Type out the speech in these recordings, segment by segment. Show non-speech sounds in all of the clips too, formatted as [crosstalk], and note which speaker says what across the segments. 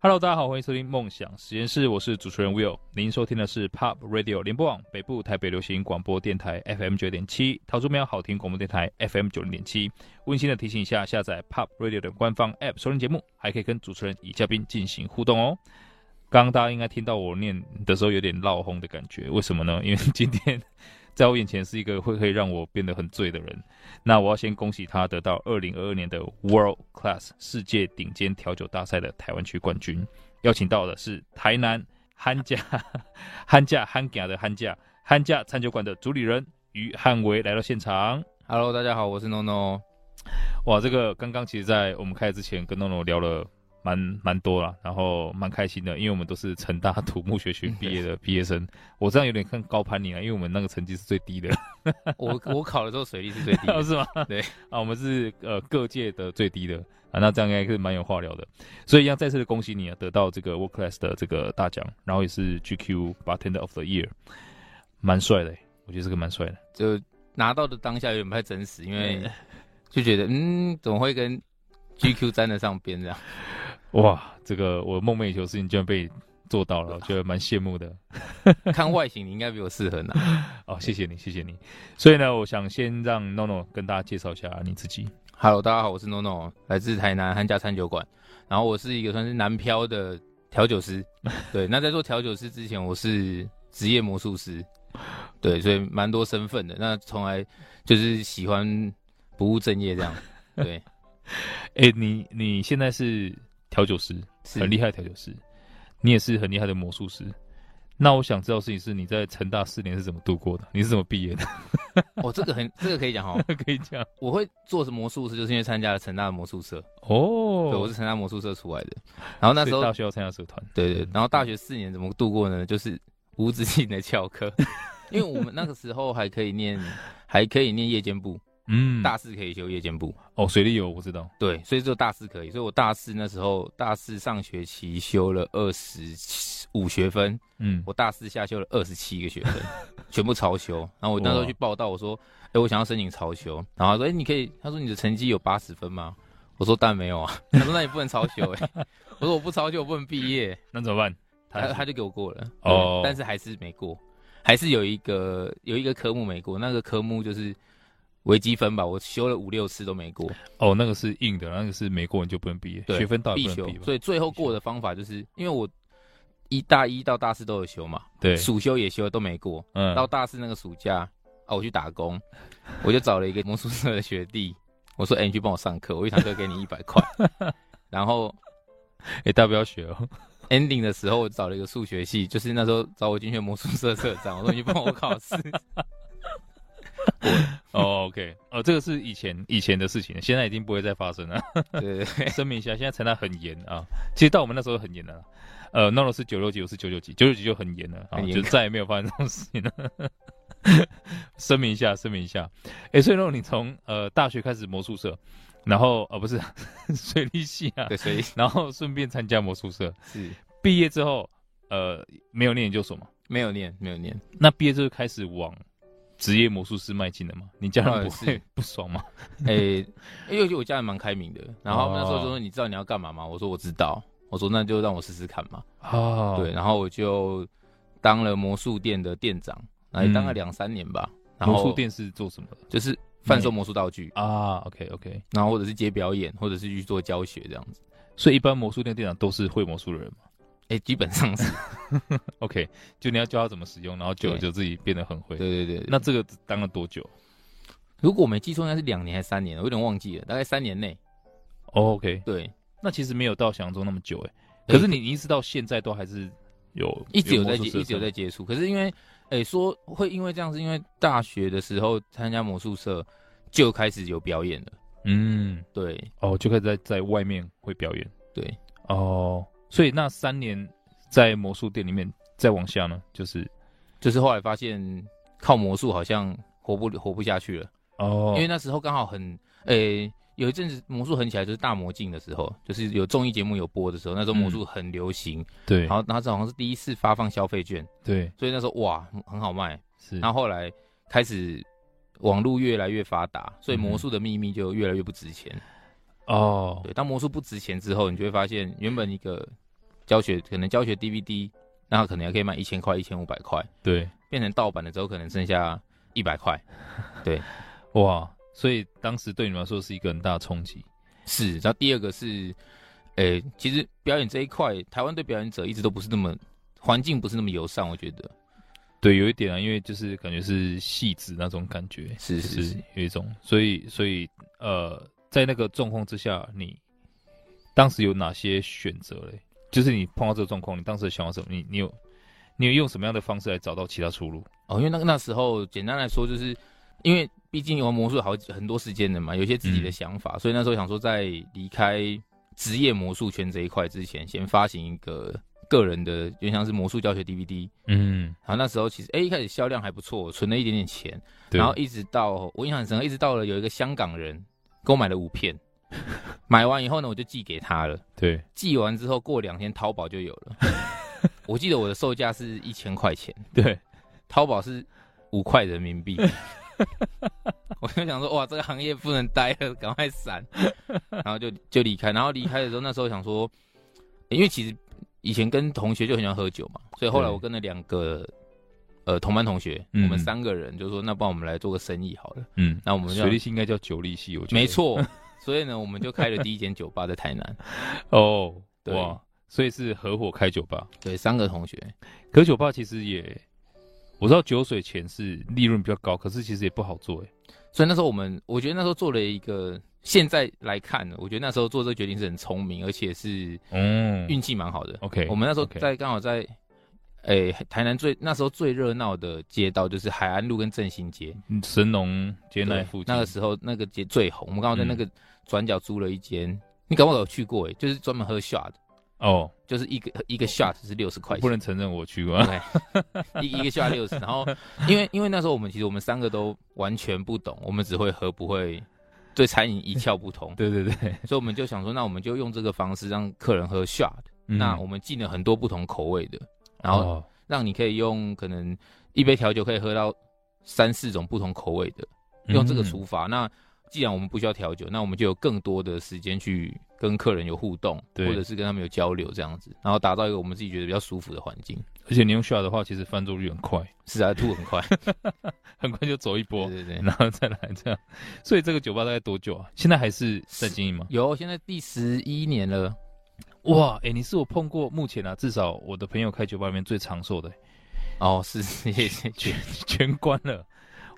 Speaker 1: Hello，大家好，欢迎收听梦想实验室，我是主持人 Will。您收听的是 Pop Radio 联播网北部台北流行广播电台 FM 九点七，桃竹苗好听广播电台 FM 九零点七。温馨的提醒一下，下载 Pop Radio 的官方 App 收听节目，还可以跟主持人与嘉宾进行互动哦。刚刚大家应该听到我念的时候有点闹哄的感觉，为什么呢？因为今天在我眼前是一个会可以让我变得很醉的人。那我要先恭喜他得到二零二二年的 World Class 世界顶尖调酒大赛的台湾区冠军。邀请到的是台南憨家 [laughs] 憨家憨家的憨家憨家餐酒馆的主理人于汉维来到现场。
Speaker 2: Hello，大家好，我是 NONO。
Speaker 1: 哇，这个刚刚其实，在我们开始之前跟 NONO 聊了蛮蛮多啦，然后蛮开心的，因为我们都是成大 [laughs] 土木学群毕业的毕业生。我这样有点更高攀你啊了，因为我们那个成绩是最低的，
Speaker 2: 我我考的时候水力
Speaker 1: [laughs]
Speaker 2: 是最低的，
Speaker 1: 是吗？
Speaker 2: 对
Speaker 1: 啊，我们是呃各界的最低的啊，那这样应该是蛮有话聊的。所以一样再次的恭喜你啊，得到这个 World Class 的这个大奖，然后也是 GQ Bartender of the Year，蛮帅的欸、我觉得这个蛮帅的。
Speaker 2: 就拿到的当下有点不太真实，因为就觉得嗯，怎么会跟 GQ 沾得上边
Speaker 1: [laughs]
Speaker 2: 这样？
Speaker 1: 哇，这个我梦寐以求的事情居然被做到了，我觉得蛮羡慕的。
Speaker 2: 看外形你应该比我适合拿。
Speaker 1: 哦，谢谢你，谢谢你。所以呢，我想先让 NONO 跟大家介绍一下你自己。
Speaker 2: Hello，大家好，我是 NONO，来自台南汉家餐酒馆，然后我是一个算是南漂的调
Speaker 1: [laughs]
Speaker 2: 酒师。对，那在做调酒师之前，我是职业魔术师，对，所以蛮多身份的。那从来就是喜欢不务正业这样，对，
Speaker 1: 哎，你你现在是调酒师，
Speaker 2: 是
Speaker 1: 很厉害的调酒师，你也是很厉害的魔术师。那我想知道的事情是你在成大四年是怎么度过的？你是怎么毕业的？ [laughs]
Speaker 2: 哦，这个很这个可以讲哦，
Speaker 1: 可以讲
Speaker 2: 我会做魔术师，就是因为参加了成大的魔术社，
Speaker 1: 哦。
Speaker 2: 对，我是成大魔术社出来的。然后那时
Speaker 1: 所以
Speaker 2: 候
Speaker 1: 大，学要参加社团，
Speaker 2: 对对，然后大学四年怎么度过呢？就是无止境的翘课，
Speaker 1: [laughs]
Speaker 2: 因为我们那个时候还可以念，还可以念夜间部，
Speaker 1: 嗯，
Speaker 2: 大四可以修夜间部，
Speaker 1: 哦，水利有我知道，
Speaker 2: 对，所以就大四可以。所以我大四那时候，大四上学期修了二十五学分，
Speaker 1: 嗯，
Speaker 2: 我大四下修了二十七个学分，全部超修。然后我那时候
Speaker 1: 哇
Speaker 2: 去报道，我说：“哎、我想要申请超修。”然后他说：“哎、你可以。”他说：“你的成绩有八十分吗？”我说：“当然没有啊。”他说：“那你不能超修。”哎，我说：“我不超修，我不能毕业。
Speaker 1: 那怎么办？”
Speaker 2: 他他就给我过了，
Speaker 1: 哦
Speaker 2: 对但是还是没过，还是有一个有一个科目没过，那个科目就是微积分吧，我修了五六次都没过，
Speaker 1: 哦，那个是硬的，那个是没过你就不能毕业，
Speaker 2: 对
Speaker 1: 学分到底
Speaker 2: 必
Speaker 1: 不能
Speaker 2: 修
Speaker 1: 毕业。吧
Speaker 2: 所以最后过的方法就是，因为我一大一到大四都有修嘛，
Speaker 1: 对，
Speaker 2: 暑修也修都没过，
Speaker 1: 嗯，
Speaker 2: 到大四那个暑假啊，我去打工，我就找了一个魔术社的学弟，我说：“哎、你去帮我上课，我一堂课给你一
Speaker 1: [laughs]
Speaker 2: 百块。”然后
Speaker 1: 哎，大家不要学哦， [laughs]
Speaker 2: ending 的时候，我找了一个数学系，就是那时候找我进去的魔术社社长，我说：“你去帮我考
Speaker 1: [laughs]
Speaker 2: 试。
Speaker 1: 哦，OK，哦，这个是以前以前的事情，现在已经不会再发生了。”
Speaker 2: 对对对，
Speaker 1: [laughs] 声明一下，现在成大很严啊，其实到我们那时候很严的啦。呃，NONO 是九六级，我是九九级，九九级就很严了啊，
Speaker 2: 很严
Speaker 1: 就
Speaker 2: 格
Speaker 1: 再也没有发生这种事情了。 [laughs] 声明一下，声明一下。哎、所以 NONO 你从呃大学开始魔术社，然后呃不是 [laughs] 水利系啊，
Speaker 2: 对，所以
Speaker 1: 然后顺便参加魔术社，
Speaker 2: 是
Speaker 1: 毕业之后呃没有念研究所嘛，
Speaker 2: 没有念，没有念。
Speaker 1: 那毕业之后开始往职业魔术师迈进了嘛？你家人
Speaker 2: 呃
Speaker 1: 不会
Speaker 2: 是
Speaker 1: 不爽吗？
Speaker 2: 哎、因为我家人蛮开明的，然后他们那时候
Speaker 1: 哦
Speaker 2: 就说：“你知道你要干嘛吗？”我说：“我知道。”我说：“那就让我试试看嘛。”
Speaker 1: 哦
Speaker 2: 对，，然后我就当了魔术店的店长，来当了两三年吧。然后
Speaker 1: 嗯魔术店是做什么的
Speaker 2: 就是贩售魔术道具，
Speaker 1: 啊？OK OK。
Speaker 2: 然后或者是接表演，或者是去做教学这样子。
Speaker 1: 所以一般魔术店店长都是会魔术的人嘛。
Speaker 2: 哎，基本上
Speaker 1: [laughs]
Speaker 2: 是
Speaker 1: OK，就你要教他怎么使用，然后久了
Speaker 2: 对
Speaker 1: 就自己变得很会。
Speaker 2: 对对对。对
Speaker 1: 那这个当了多久
Speaker 2: 如果我没记错，应该是两年还是三年，我有点忘记了，大概三年内。
Speaker 1: 哦？OK，
Speaker 2: 对，
Speaker 1: 那其实没有到想象中那么久哎。
Speaker 2: 哎
Speaker 1: 可是你你一直到现在都还是有
Speaker 2: 一直有在
Speaker 1: 魔
Speaker 2: 接，
Speaker 1: 术社
Speaker 2: 一直有在接触。可是因为，哎，说会因为这样，是因为大学的时候参加魔术社就开始有表演了。
Speaker 1: 嗯
Speaker 2: 对
Speaker 1: 哦，就开始在在外面会表演
Speaker 2: 对，
Speaker 1: 哦。所以那三年在魔术店里面，再往下呢，就是
Speaker 2: 就是后来发现靠魔术好像活不活不下去了。
Speaker 1: 哦，
Speaker 2: 因为那时候刚好很，诶、哎有一阵子魔术很起来，就是大魔镜的时候，就是有综艺节目有播的时候，那时
Speaker 1: 嗯
Speaker 2: 候魔术很流行。
Speaker 1: 对，
Speaker 2: 然后，然后这好像是第一次发放消费券，
Speaker 1: 对，
Speaker 2: 所以那时候哇很好卖。
Speaker 1: 是，
Speaker 2: 然后后来开始网络越来越发达，所
Speaker 1: 嗯
Speaker 2: 以魔术的秘密就越来越不值钱。
Speaker 1: 哦，
Speaker 2: 对，当魔术不值钱之后，你就会发现原本一个教学可能教学 DVD，那它可能还可以卖一千块、一千五百块，
Speaker 1: 对，
Speaker 2: 变成盗版了之后，可能剩下一百块。
Speaker 1: 哇，所以当时对你们来说是一个很大的冲击。
Speaker 2: 是，然后第二个是，诶、其实表演这一块，台湾对表演者一直都不是那么环境不是那么友善，我觉得
Speaker 1: 对，有一点啊，因为就是感觉是戏子那种感觉，
Speaker 2: 是
Speaker 1: 就是是
Speaker 2: 是
Speaker 1: 有一种，所以所以呃，在那个状况之下，你当时有哪些选择嘞？就是你碰到这个状况，你当时想要什么？你你有你有用什么样的方式来找到其他出路？
Speaker 2: 哦，因为那个那时候简单来说，就是因为毕竟玩魔术好几很多时间的嘛，有一些自己的
Speaker 1: 嗯
Speaker 2: 想法，所以那时候想说，在离开职业魔术圈这一块之前，先发行一个个人的，就像是魔术教学 DVD。
Speaker 1: 嗯，
Speaker 2: 然后那时候其实，哎、一开始销量还不错，存了一点点钱，
Speaker 1: 对，
Speaker 2: 然后一直到我印象很深刻，一直到了有一个香港人给我买了五片， [laughs] 买完以后呢，我就寄给他了。
Speaker 1: 对，
Speaker 2: 寄完之后过两天淘宝就有
Speaker 1: [laughs]
Speaker 2: 了，我记得我的售价是一千块钱，
Speaker 1: 对，
Speaker 2: 淘宝是五块人民币。 [laughs] 我就想说，哇，这个行业不能待了，赶快闪，然后就就离开。然后离开的时候，那时候想说，因为其实以前跟同学就很喜欢喝酒嘛，所以后来
Speaker 1: 对
Speaker 2: 我跟了两个呃同班同学，
Speaker 1: 嗯
Speaker 2: 我们三个人就说，那不然我们来做个生意好了。
Speaker 1: 嗯，
Speaker 2: 那我们就
Speaker 1: 水利系应该叫九力系，我觉得
Speaker 2: 没错，所以呢，我们就开了第一间酒吧在台南，
Speaker 1: 哦，
Speaker 2: 对
Speaker 1: 哇，所以是合伙开酒吧。
Speaker 2: 对，三个同学，
Speaker 1: 可是酒吧其实也，我知道酒水钱是利润比较高，可是其实也不好做哎。
Speaker 2: 所以那时候我们，我觉得那时候做了一个，现在来看，我觉得那时候做这个决定是很聪明，而且是
Speaker 1: 嗯
Speaker 2: 运气蛮好的。
Speaker 1: ，OK，
Speaker 2: 我们那时候
Speaker 1: OK
Speaker 2: 在刚好在，诶、台南最那时候最热闹的街道就是海岸路跟振兴街，
Speaker 1: 嗯神农街那
Speaker 2: 对
Speaker 1: 附近，嗯
Speaker 2: 那个时候那个街最红。我们刚好在那个转角租了一间，你搞不好有去过、诶，就是专门喝 shot，的
Speaker 1: 哦，
Speaker 2: 就是一个一个 shot 是六十块
Speaker 1: 我
Speaker 2: 钱，
Speaker 1: 不能承认我去过。
Speaker 2: 对， [laughs] 一一个下六十。然后因为因为那时候我们其实我们三个都完全不懂，我们只会喝不会，对餐饮一窍不通，
Speaker 1: 对对对，
Speaker 2: 所以我们就想说，那我们就用这个方式让客人喝 shot、那我
Speaker 1: 们
Speaker 2: 们进了很多不同口味的，然后
Speaker 1: 嗯哦
Speaker 2: 让你可以用可能一杯调酒可以喝到三四种不同口味的，用这个
Speaker 1: 嗯
Speaker 2: 除法。那既然我们不需要调酒，那我们就有更多的时间去跟客人有互动，
Speaker 1: 对
Speaker 2: 或者是跟他们有交流这样子，然后打造一个我们自己觉得比较舒服的环境。
Speaker 1: 而且你用 shot 的话，其实翻桌率很快，
Speaker 2: 是啊，吐很快。
Speaker 1: [laughs] 很快就走一波，
Speaker 2: 对对对，
Speaker 1: 然后再来这样。所以这个酒吧大概多久啊？现在还是在经营吗？
Speaker 2: 有，现在第十一年了，
Speaker 1: 哇，哎，你是我碰过目前啊，至少我的朋友开酒吧里面最长寿的，
Speaker 2: 哦，是谢谢。
Speaker 1: 全全关了。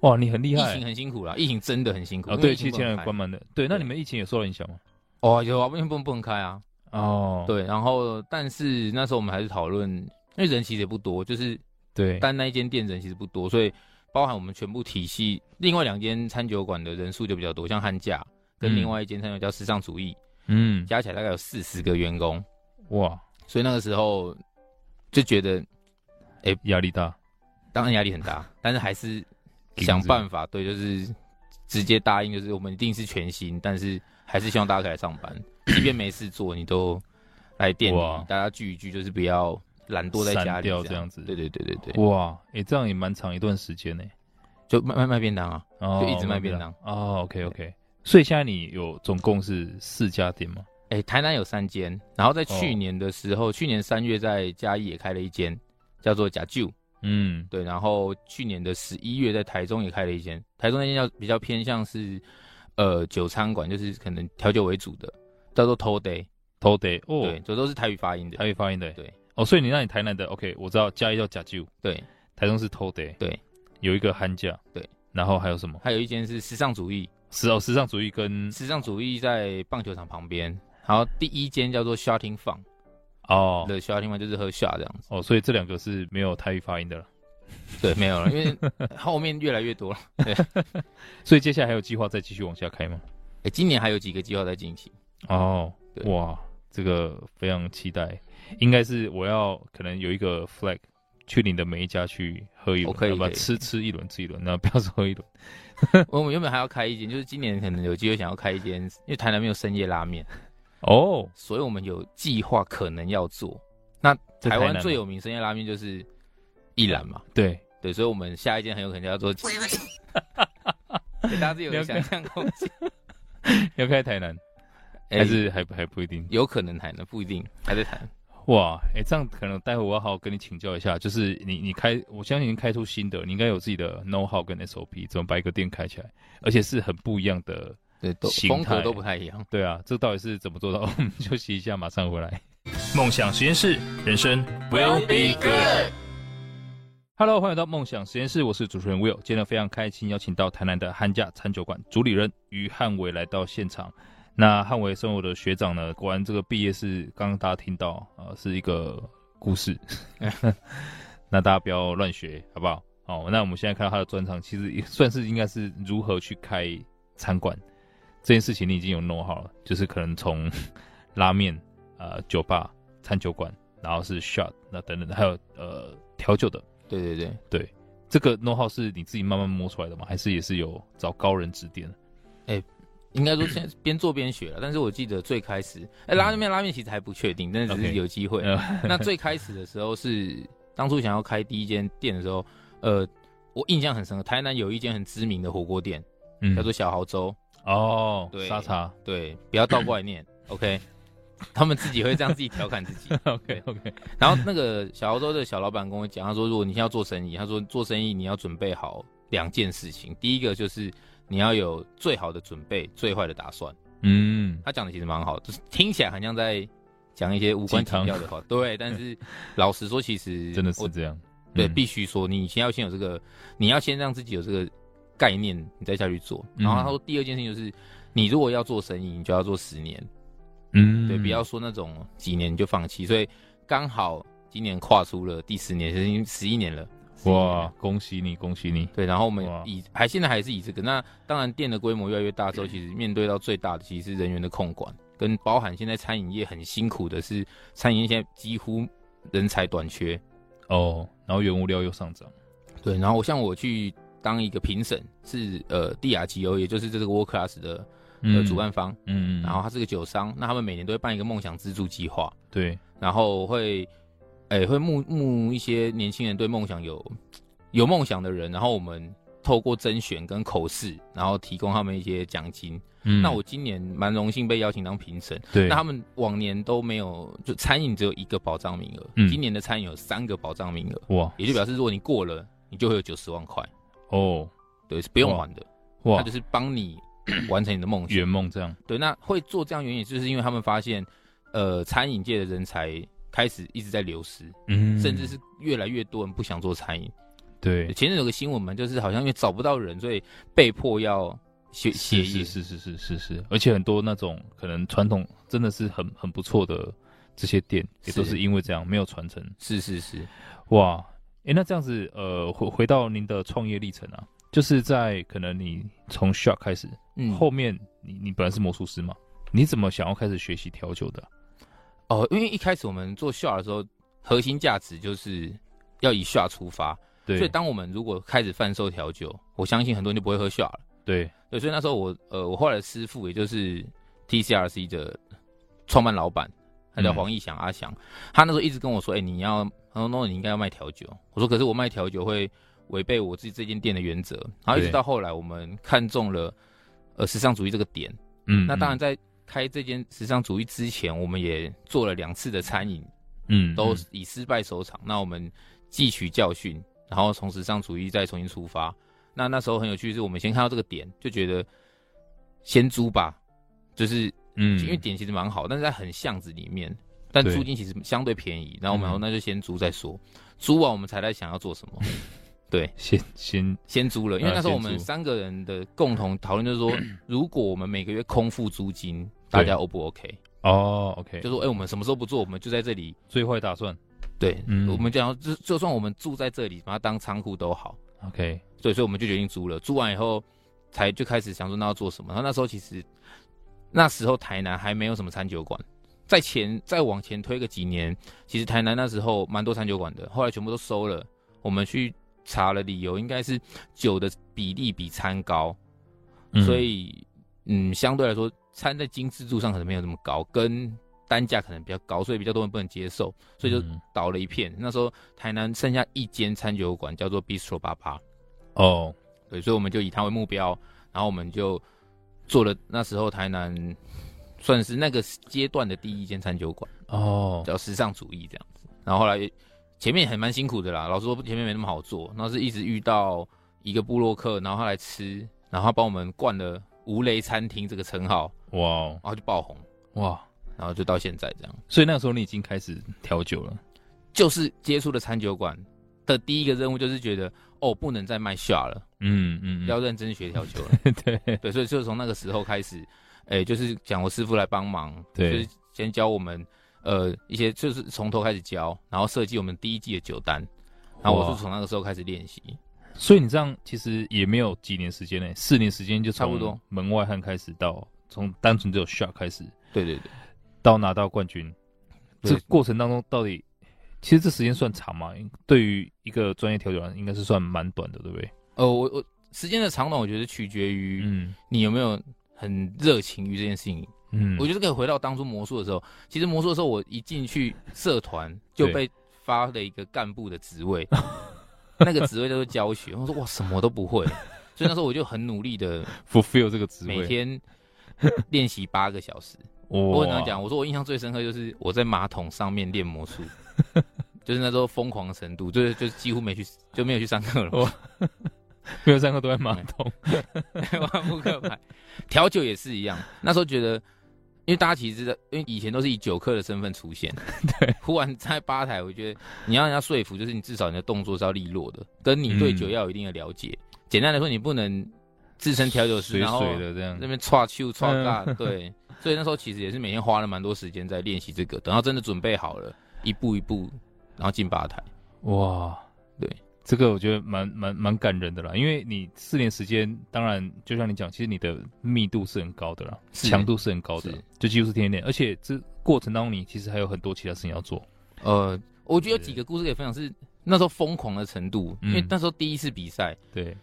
Speaker 1: 哇，你很厉
Speaker 2: 疫
Speaker 1: 害
Speaker 2: 情。很辛苦啦，疫情真的很辛苦。
Speaker 1: 啊，
Speaker 2: 因为
Speaker 1: 对，
Speaker 2: 疫
Speaker 1: 其
Speaker 2: 情
Speaker 1: 实
Speaker 2: 不
Speaker 1: 前
Speaker 2: 能
Speaker 1: 两
Speaker 2: 开
Speaker 1: 年关门的。对，那
Speaker 2: 对
Speaker 1: 你们疫情有受到影响吗？
Speaker 2: 哦，有啊，不能不能不能开啊。
Speaker 1: 哦，
Speaker 2: 对，然后但是那时候我们还是讨论，因为人其实也不多，就是
Speaker 1: 对，
Speaker 2: 单那一间店人其实不多，所以包含我们全部体系，另外两间餐酒馆的人数就比较多，像汉价跟
Speaker 1: 嗯
Speaker 2: 另外一间餐酒叫时尚主义，
Speaker 1: 嗯，
Speaker 2: 加起来大概有四十个员工，
Speaker 1: 哇，
Speaker 2: 所以那个时候就觉得
Speaker 1: 压力大，
Speaker 2: 当然压力很大，
Speaker 1: [laughs]
Speaker 2: 但是还是想办法，对，就是直接答应，就是我们一定是全新，但是还是希望大家可以来上班，即便没事做，你都来店里
Speaker 1: 哇，
Speaker 2: 大家聚一聚，就是不要懒惰在家
Speaker 1: 散
Speaker 2: 里
Speaker 1: 掉
Speaker 2: 这
Speaker 1: 这
Speaker 2: 样。
Speaker 1: 样子。
Speaker 2: 对对对对对，
Speaker 1: 哇，哎，这样也蛮长一段时间呢。
Speaker 2: 就卖卖卖便当啊，
Speaker 1: 哦
Speaker 2: 就一直卖便当。
Speaker 1: 哦，OK OK。所以现在你有总共是四家店吗？
Speaker 2: 哎、台南有三间，然后在
Speaker 1: 哦
Speaker 2: 去年的时候，去年三月在嘉义也开了一间，叫做假旧，
Speaker 1: 嗯，
Speaker 2: 对，然后去年的十一月在台中也开了一间，台中那间要比较偏向是呃酒餐馆，就是可能调酒为主的，叫做 t o Day，、
Speaker 1: 头得哦
Speaker 2: 对，，这都是台语发音的，
Speaker 1: 台语发音的。
Speaker 2: 对
Speaker 1: 哦，所以你那你台南的 OK，我知道嘉义叫假酒，
Speaker 2: 对，
Speaker 1: 台中是头得，
Speaker 2: 对，
Speaker 1: 有一个寒假，
Speaker 2: 对，
Speaker 1: 然后还有什么？
Speaker 2: 还有一间是时尚主义，
Speaker 1: 时哦，时尚主义跟
Speaker 2: 时尚主义在棒球场旁边，然后第一间叫做 Shooting Fun
Speaker 1: 哦
Speaker 2: 的 Shooting Fun 就是喝 shot 这样子，
Speaker 1: 哦，所以这两个是没有台语发音的了。
Speaker 2: 对，没有了，因为 [laughs] 后面越来越多了，
Speaker 1: 所以接下来还有计划再继续往下开吗？
Speaker 2: 哎、今年还有几个计划在进行，
Speaker 1: 哦，
Speaker 2: 对
Speaker 1: 哇，这个非常期待，应该是我要可能有一个 flag 去你的每一家去喝一轮，
Speaker 2: 哦可以
Speaker 1: 要不要
Speaker 2: 可以
Speaker 1: 吃吃一轮，吃一轮，那 [laughs] 不要说喝一轮。
Speaker 2: 我们原本还要开一间，就是今年可能有机会想要开一间，因为台南没有深夜拉面，
Speaker 1: 哦，
Speaker 2: 所以我们有计划可能要做。那
Speaker 1: 在
Speaker 2: 台
Speaker 1: 台南
Speaker 2: 湾
Speaker 1: 吗
Speaker 2: 最有名深夜拉面就是一兰嘛，
Speaker 1: 对，
Speaker 2: 对，所以我们下一间很有可能就要做。给大家自己有个想象空间，
Speaker 1: 要开台南，
Speaker 2: 哎
Speaker 1: 还是还不还不一定。
Speaker 2: 有可能台南不一定还在谈。
Speaker 1: 哇，哎、这样可能待会我要好好跟你请教一下，就是你你开，我相信你开出新的，你应该有自己的 know how 跟 SOP，怎么把一个店开起来，而且是很不一样的。
Speaker 2: 对，都
Speaker 1: 形
Speaker 2: 风格
Speaker 1: 态
Speaker 2: 都不太一样。
Speaker 1: 对啊，这到底是怎么做到？ [laughs] 我们休息一下，马上回来。梦想实验室，人生 will be good。Hello，欢迎来到梦想实验室，我是主持人 Will。今天非常开心，邀请到台南的汉家餐酒馆主理人于汉伟来到现场。那汉伟身为我的学长呢，果然这个毕业是刚刚大家听到啊、呃是一个故事， [laughs] 那大家不要乱学，好不好？哦，那我们现在看到他的专长，其实也算是应该是如何去开餐馆这件事情，你已经有弄好了，就是可能从 [laughs] 拉面、呃酒吧、餐酒馆，然后是 shot 那等等的，还有呃调酒的，
Speaker 2: 对对对，
Speaker 1: 这个 know how 是你自己慢慢摸出来的吗？还是也是有找高人指点？
Speaker 2: 应该说现在边做边学了。但是我记得最开始，哎、拉面拉面其实还不确定，但是只
Speaker 1: OK
Speaker 2: 是有机会。 [laughs]
Speaker 1: 呃， [laughs]
Speaker 2: 那最开始的时候是当初想要开第一间店的时候，呃，我印象很深刻，台南有一间很知名的火锅店，
Speaker 1: 嗯
Speaker 2: 叫做小豪粥。
Speaker 1: 哦，
Speaker 2: 对
Speaker 1: 沙茶 [laughs]
Speaker 2: 对，不要倒过来念，OK。他 [laughs] 们自己会这样自己调侃自己，
Speaker 1: ，OK OK，
Speaker 2: 然后那个小豪州的小老板跟我讲，他说如果你现在要做生意，他说做生意你要准备好两件事情，第一个就是你要有最好的准备，最坏的打算。
Speaker 1: 嗯，
Speaker 2: 他讲的其实蛮好，就是听起来很像在讲一些无关紧要的话，对。但是老实说，其
Speaker 1: [laughs]
Speaker 2: 实
Speaker 1: 真的是
Speaker 2: 我
Speaker 1: 这样，
Speaker 2: 对，
Speaker 1: 嗯
Speaker 2: 必须说，你先要先有这个，你要先让自己有这个概念，你再下去做。
Speaker 1: 嗯
Speaker 2: 然后他说，第二件事情就是，你如果要做生意，你就要做十年，
Speaker 1: 嗯，
Speaker 2: 对，不要说那种几年你就放弃。所以刚好今年跨出了第十年，已经十一年了。11年
Speaker 1: 哇
Speaker 2: 了！，
Speaker 1: 恭喜你，恭喜你，
Speaker 2: 对，然后我们
Speaker 1: 哇
Speaker 2: 以还现在还是以这个，那当然店的规模越来越大之后，其实面对到最大的其实是人员的控管，跟包含现在餐饮业很辛苦的是，餐饮业现在几乎人才短缺，
Speaker 1: 哦，然后原物料又上涨，
Speaker 2: 对，然后我像我去当一个评审，是呃 DRGO，也就是这个 World Class 的呃主办方，
Speaker 1: 嗯，嗯，嗯
Speaker 2: 然后他是个酒商，那他们每年都会办一个梦想资助计划，
Speaker 1: 对，
Speaker 2: 然后会，哎、会募募一些年轻人对梦想有有梦想的人，然后我们透过甄选跟口试，然后提供他们一些奖金。
Speaker 1: 嗯
Speaker 2: 那我今年蛮荣幸被邀请当评审，
Speaker 1: 对，
Speaker 2: 那他们往年都没有，就餐饮只有一个保障名额，
Speaker 1: 嗯
Speaker 2: 今年的餐饮有三个保障名额，
Speaker 1: 哇
Speaker 2: 也就表示如果你过了，你就会有九十万块。
Speaker 1: 哦
Speaker 2: 对，是不用还的，他
Speaker 1: 哇
Speaker 2: 就，是
Speaker 1: [clears throat]
Speaker 2: 帮你完成你的梦想。
Speaker 1: 圆梦这样，
Speaker 2: 对，那会做这样原因，就是因为他们发现，呃，餐饮界的人才开始一直在流失，
Speaker 1: 嗯
Speaker 2: 甚至是越来越多人不想做餐饮。
Speaker 1: 对，
Speaker 2: 前阵有个新闻嘛，就是好像因为找不到人，所以被迫要写
Speaker 1: 是
Speaker 2: 协议
Speaker 1: 是。是是是是是，而且很多那种可能传统真的是很很不错的这些店，也都
Speaker 2: 是
Speaker 1: 是因为这样没有传承。
Speaker 2: 是是是，
Speaker 1: 哇，诶，那这样子，呃，回回到您的创业历程啊，就是在可能你从 s h o p 开始，
Speaker 2: 嗯，
Speaker 1: 后面你你本来是魔术师嘛，你怎么想要开始学习调酒的啊？
Speaker 2: 哦，因为一开始我们做 s h a 的时候，核心价值就是要以 s h a 出发，所以
Speaker 1: 对
Speaker 2: 当我们如果开始贩售调酒，我相信很多人就不会喝 s h a 了。
Speaker 1: 对，
Speaker 2: 对，所以那时候我呃，我后来的师傅也就是 TCRC 的创办老板，他叫
Speaker 1: 嗯
Speaker 2: 黄义祥、阿祥，他那时候一直跟我说，哎、你要，他说那你应该要卖调酒，我说可是我卖调酒会违背我自己这间店的原则，然后一直
Speaker 1: 对
Speaker 2: 到后来我们看中了呃时尚主义这个点，
Speaker 1: 嗯，
Speaker 2: 那当
Speaker 1: 嗯，
Speaker 2: 然在开这间时尚主义之前，我们也做了两次的餐饮，
Speaker 1: 嗯，
Speaker 2: 都
Speaker 1: 嗯
Speaker 2: 以失败收场。那我们汲取教训，然后从时尚主义再重新出发。那那时候很有趣，是我们先看到这个点，就觉得先租吧，就是
Speaker 1: 嗯，
Speaker 2: 因为点其实蛮好，但是在很巷子里面，但
Speaker 1: 对
Speaker 2: 租金其实相对便宜。然后我们
Speaker 1: 嗯
Speaker 2: 说那就先租再说，租完我们才来想要
Speaker 1: [laughs]
Speaker 2: 做什么。对，
Speaker 1: 先先
Speaker 2: 先租了，因为
Speaker 1: 啊
Speaker 2: 那时候我
Speaker 1: 先
Speaker 2: 们
Speaker 1: 租嗯
Speaker 2: 三个人的共同讨论就是说，如果我们每个月空付租金，大
Speaker 1: 对
Speaker 2: 家 O 不 OK？
Speaker 1: 哦，OK，
Speaker 2: 就说哎、我们什么时候不做，我们就在这里
Speaker 1: 最坏打算
Speaker 2: 对，
Speaker 1: 嗯
Speaker 2: 我们讲就就算我们住在这里，把它当仓库都好。
Speaker 1: ，OK，
Speaker 2: 对，所以我们就决定租了。租完以后，才就开始想说那要做什么。然后那时候其实那时候台南还没有什么餐酒馆，在前再往前推个几年，其实台南那时候蛮多餐酒馆的，后来全部都收了。我们去查了，理由应该是酒的比例比餐高，
Speaker 1: 嗯
Speaker 2: 所以嗯，相对来说，餐在精致度上可能没有那么高，跟单价可能比较高，所以比较多人不能接受，所以就
Speaker 1: 嗯
Speaker 2: 倒了一片。那时候台南剩下一间餐酒馆叫做 Bistro 八八，
Speaker 1: 哦，
Speaker 2: 对，所以我们就以它为目标，然后我们就做了那时候台南算是那个阶段的第一间餐酒馆，
Speaker 1: 哦
Speaker 2: 比，较时尚主义这样子。然后后来前面还蛮辛苦的啦，老实说前面没那么好做，然后是一直遇到一个布洛克，然后他来吃，然后他帮我们冠了“无雷餐厅”这个称号，
Speaker 1: 哇哦
Speaker 2: 然后就爆红，
Speaker 1: 哇，
Speaker 2: 然后就到现在这样，
Speaker 1: 所以那个时候你已经开始调酒了，
Speaker 2: 就是接触了餐酒馆。的第一个任务就是觉得哦，不能再卖下了，
Speaker 1: 嗯嗯，
Speaker 2: 要认真学调酒了。
Speaker 1: 嗯 [laughs] 对，
Speaker 2: 对，所以就从那个时候开始，哎、就是讲我师傅来帮忙，
Speaker 1: 对
Speaker 2: 就是先教我们呃一些，就是从头开始教，然后设计我们第一季的酒单，然后我
Speaker 1: 哇
Speaker 2: 是从那个时候开始练习，
Speaker 1: 所以你这样其实也没有几年时间呢，四年时间就
Speaker 2: 差不多
Speaker 1: 从门外汉开始到从单纯只有 shot 开始
Speaker 2: 对对对，
Speaker 1: 到拿到冠军，
Speaker 2: 对
Speaker 1: 这过程当中到底其实这时间算长吗？对于一个专业调酒人应该是算蛮短的，对不对？
Speaker 2: 呃，我我时间的长短，我觉得取决于
Speaker 1: 嗯
Speaker 2: 你有没有很热情于这件事情。
Speaker 1: 嗯，
Speaker 2: 我觉得可以回到当初魔术的时候，其实魔术的时候，我一进去社团就
Speaker 1: 对
Speaker 2: 被发了一个干部的
Speaker 1: [laughs]
Speaker 2: 职位，那个职位叫做教学，我说哇什么都不会，所以那时候我就很努力的
Speaker 1: fulfill 这个 [laughs] 职位，
Speaker 2: 每天练习八个
Speaker 1: [laughs]
Speaker 2: 小时。我
Speaker 1: 我
Speaker 2: 跟他讲，我说我印象最深刻就是我在马桶上面练
Speaker 1: [laughs]
Speaker 2: 魔术，就是那时候疯狂的程度，就是就是几乎没去就没有去上课了，
Speaker 1: 没有上课都在马桶，
Speaker 2: 玩扑克牌，调酒也是一样。那时候觉得，因为大家其实知道，因为以前都是以酒客的身份出现，对，忽然在吧台，我觉得你要让人家说服，就是你至少你的动作是要利落的，跟你对
Speaker 1: 嗯
Speaker 2: 酒要有一定的了解。简单来说，你不能自称调酒师，
Speaker 1: 水
Speaker 2: 然后
Speaker 1: 水的这样
Speaker 2: 那。边刷球刷
Speaker 1: [laughs]
Speaker 2: 尬，对，所以那时候其实也是每天花了蛮多时间在练习这个，等到真的准备好了，一步一步，然后进吧台。
Speaker 1: 哇，
Speaker 2: 对，
Speaker 1: 这个我觉得蛮蛮蛮感人的啦，因为你四年时间，当然就像你讲，其实你的密度是很高的啦，
Speaker 2: 是
Speaker 1: 强度是很高的
Speaker 2: 是，
Speaker 1: 就几乎是天天练，而且这过程当中你其实还有很多其他事情要做。
Speaker 2: 呃，我觉得有几个故事可以分享是那时候疯狂的程度，因为
Speaker 1: 嗯
Speaker 2: 那时候第一次比赛， [laughs]
Speaker 1: 对，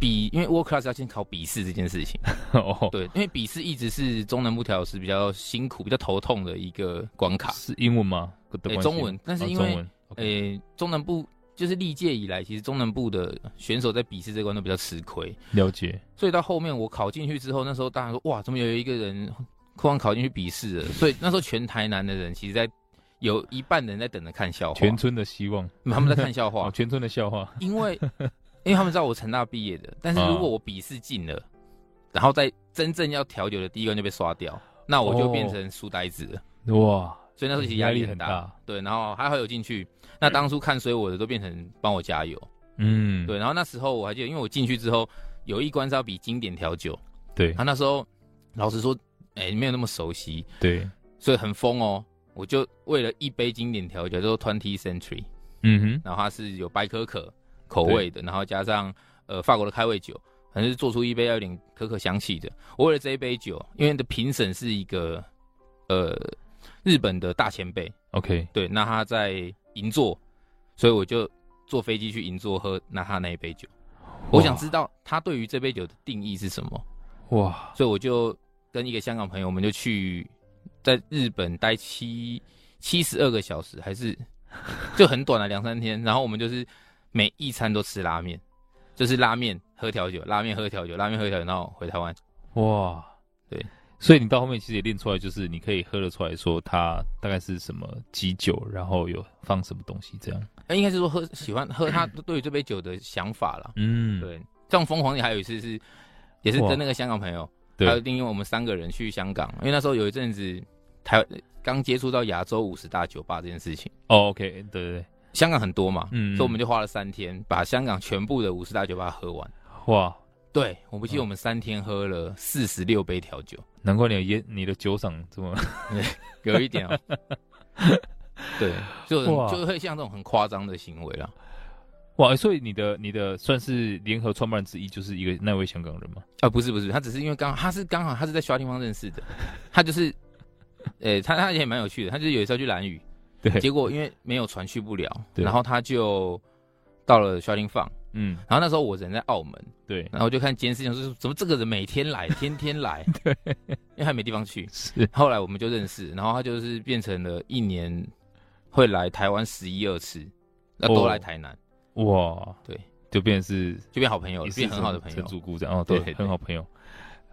Speaker 2: 比因为 World Class 要先考笔试这件事情，
Speaker 1: [laughs] 哦，
Speaker 2: 对，因为笔试一直是中南部调酒师比较辛苦、比较头痛的一个关卡。
Speaker 1: 是英文吗？的
Speaker 2: 诶
Speaker 1: 关系
Speaker 2: 中文但是
Speaker 1: 哦
Speaker 2: 因为
Speaker 1: 中文，OK，
Speaker 2: 诶、中南部就是历届以来，其实中南部的选手在笔试这关都比较吃亏，
Speaker 1: 了解，
Speaker 2: 所以到后面我考进去之后，那时候大家说哇，怎么有一个人突然考进去笔试了？所以那时候全台南的人其实在有一半人在等着看笑话，
Speaker 1: 全村的希望，
Speaker 2: 他们在看笑
Speaker 1: 哦
Speaker 2: 话，
Speaker 1: 全村的笑话，
Speaker 2: 因为因为他们知道我成大毕业的，但是如果我笔试进了，然后在真正要调酒的第一关就被刷掉，那我就变成书呆子了。
Speaker 1: 哇，
Speaker 2: 所以那时候其实
Speaker 1: 压
Speaker 2: 哦压
Speaker 1: 力
Speaker 2: 力
Speaker 1: 很
Speaker 2: 很大，
Speaker 1: 大，
Speaker 2: 对，然后还好有进去。那当初看衰我的都变成帮我加油，
Speaker 1: 嗯，
Speaker 2: 对。然后那时候我还记得，因为我进去之后有一关是要比经典调酒，
Speaker 1: 对
Speaker 2: 他那时候老实说，哎、没有那么熟悉，
Speaker 1: 对，
Speaker 2: 所以很疯哦。我就为了一杯经典调酒，叫做 Twenty Century，
Speaker 1: 嗯哼，
Speaker 2: 然后它是有白可可口味的，然后加上呃法国的开胃酒，反正是做出一杯要有点可可香气的。我为了这一杯酒，因为的评审是一个呃日本的大前辈，
Speaker 1: ，OK，
Speaker 2: 对，那他在银座，所以我就坐飞机去银座喝那他那一杯酒。我想知道他对于这杯酒的定义是什么，
Speaker 1: 哇，
Speaker 2: 所以我就跟一个香港朋友，我们就去在日本待七七十二个小时，
Speaker 1: [laughs]
Speaker 2: 还是就很短的啊两三天。然后我们就是每一餐都吃拉面，就是拉面喝调酒，拉面喝调酒，拉面喝调酒，然后回台湾。
Speaker 1: 哇，
Speaker 2: 对，
Speaker 1: 所以你到后面其实也练出来，就是你可以喝得出来说它大概是什么基酒，然后有放什么东西这样。
Speaker 2: 呃应该是说喝喜欢
Speaker 1: [clears throat]
Speaker 2: 喝他对于这杯酒的想法啦。
Speaker 1: 嗯，
Speaker 2: 对，这样疯狂的还有一次是，也是跟那个香港朋友，
Speaker 1: 对
Speaker 2: 还有另外我们三个人去香港，因为那时候有一阵子台刚接触到亚洲五十大酒吧这件事情。
Speaker 1: 哦，OK，对对对，
Speaker 2: 香港很多嘛，
Speaker 1: 嗯
Speaker 2: 所以我们就花了三天把香港全部的五十大酒吧喝完。
Speaker 1: 哇，
Speaker 2: 对，我不记得
Speaker 1: 嗯
Speaker 2: 我们三天喝了四十六杯调酒，
Speaker 1: 难怪你的烟，你的酒嗓这 [laughs] 么
Speaker 2: 有一
Speaker 1: [laughs]
Speaker 2: 点哦。对，就
Speaker 1: 哇
Speaker 2: 就会像这种很夸张的行为啦。
Speaker 1: 哇，所以你的你的算是联合创办人之一，就是一个那位香港人嘛。
Speaker 2: 啊，不是不是，他只是因为刚好他是刚好他是在刷地方认识的，他就是呃、他他也蛮有趣的，他就是有一次要去蓝屿，
Speaker 1: 对，
Speaker 2: 结果因为没有船去不了，
Speaker 1: 对
Speaker 2: 然后他就到了 shouting fun，
Speaker 1: 嗯，
Speaker 2: 然后那时候我人在澳门，
Speaker 1: 对，
Speaker 2: 然后我就看监视器，我说怎么这个人每天来，天
Speaker 1: [laughs]
Speaker 2: 天来，对，因为还没地方去。
Speaker 1: 是，
Speaker 2: 后来我们就认识，然后他就是变成了一年会来台湾十一二次，那
Speaker 1: 哦
Speaker 2: 都来台南，
Speaker 1: 哇，
Speaker 2: 对，
Speaker 1: 就变成是
Speaker 2: 就变好朋友
Speaker 1: 也
Speaker 2: 了，
Speaker 1: 是
Speaker 2: 变很好的朋
Speaker 1: 陈
Speaker 2: 友。
Speaker 1: 主顾这样哦，对，
Speaker 2: 对对
Speaker 1: 很好朋友，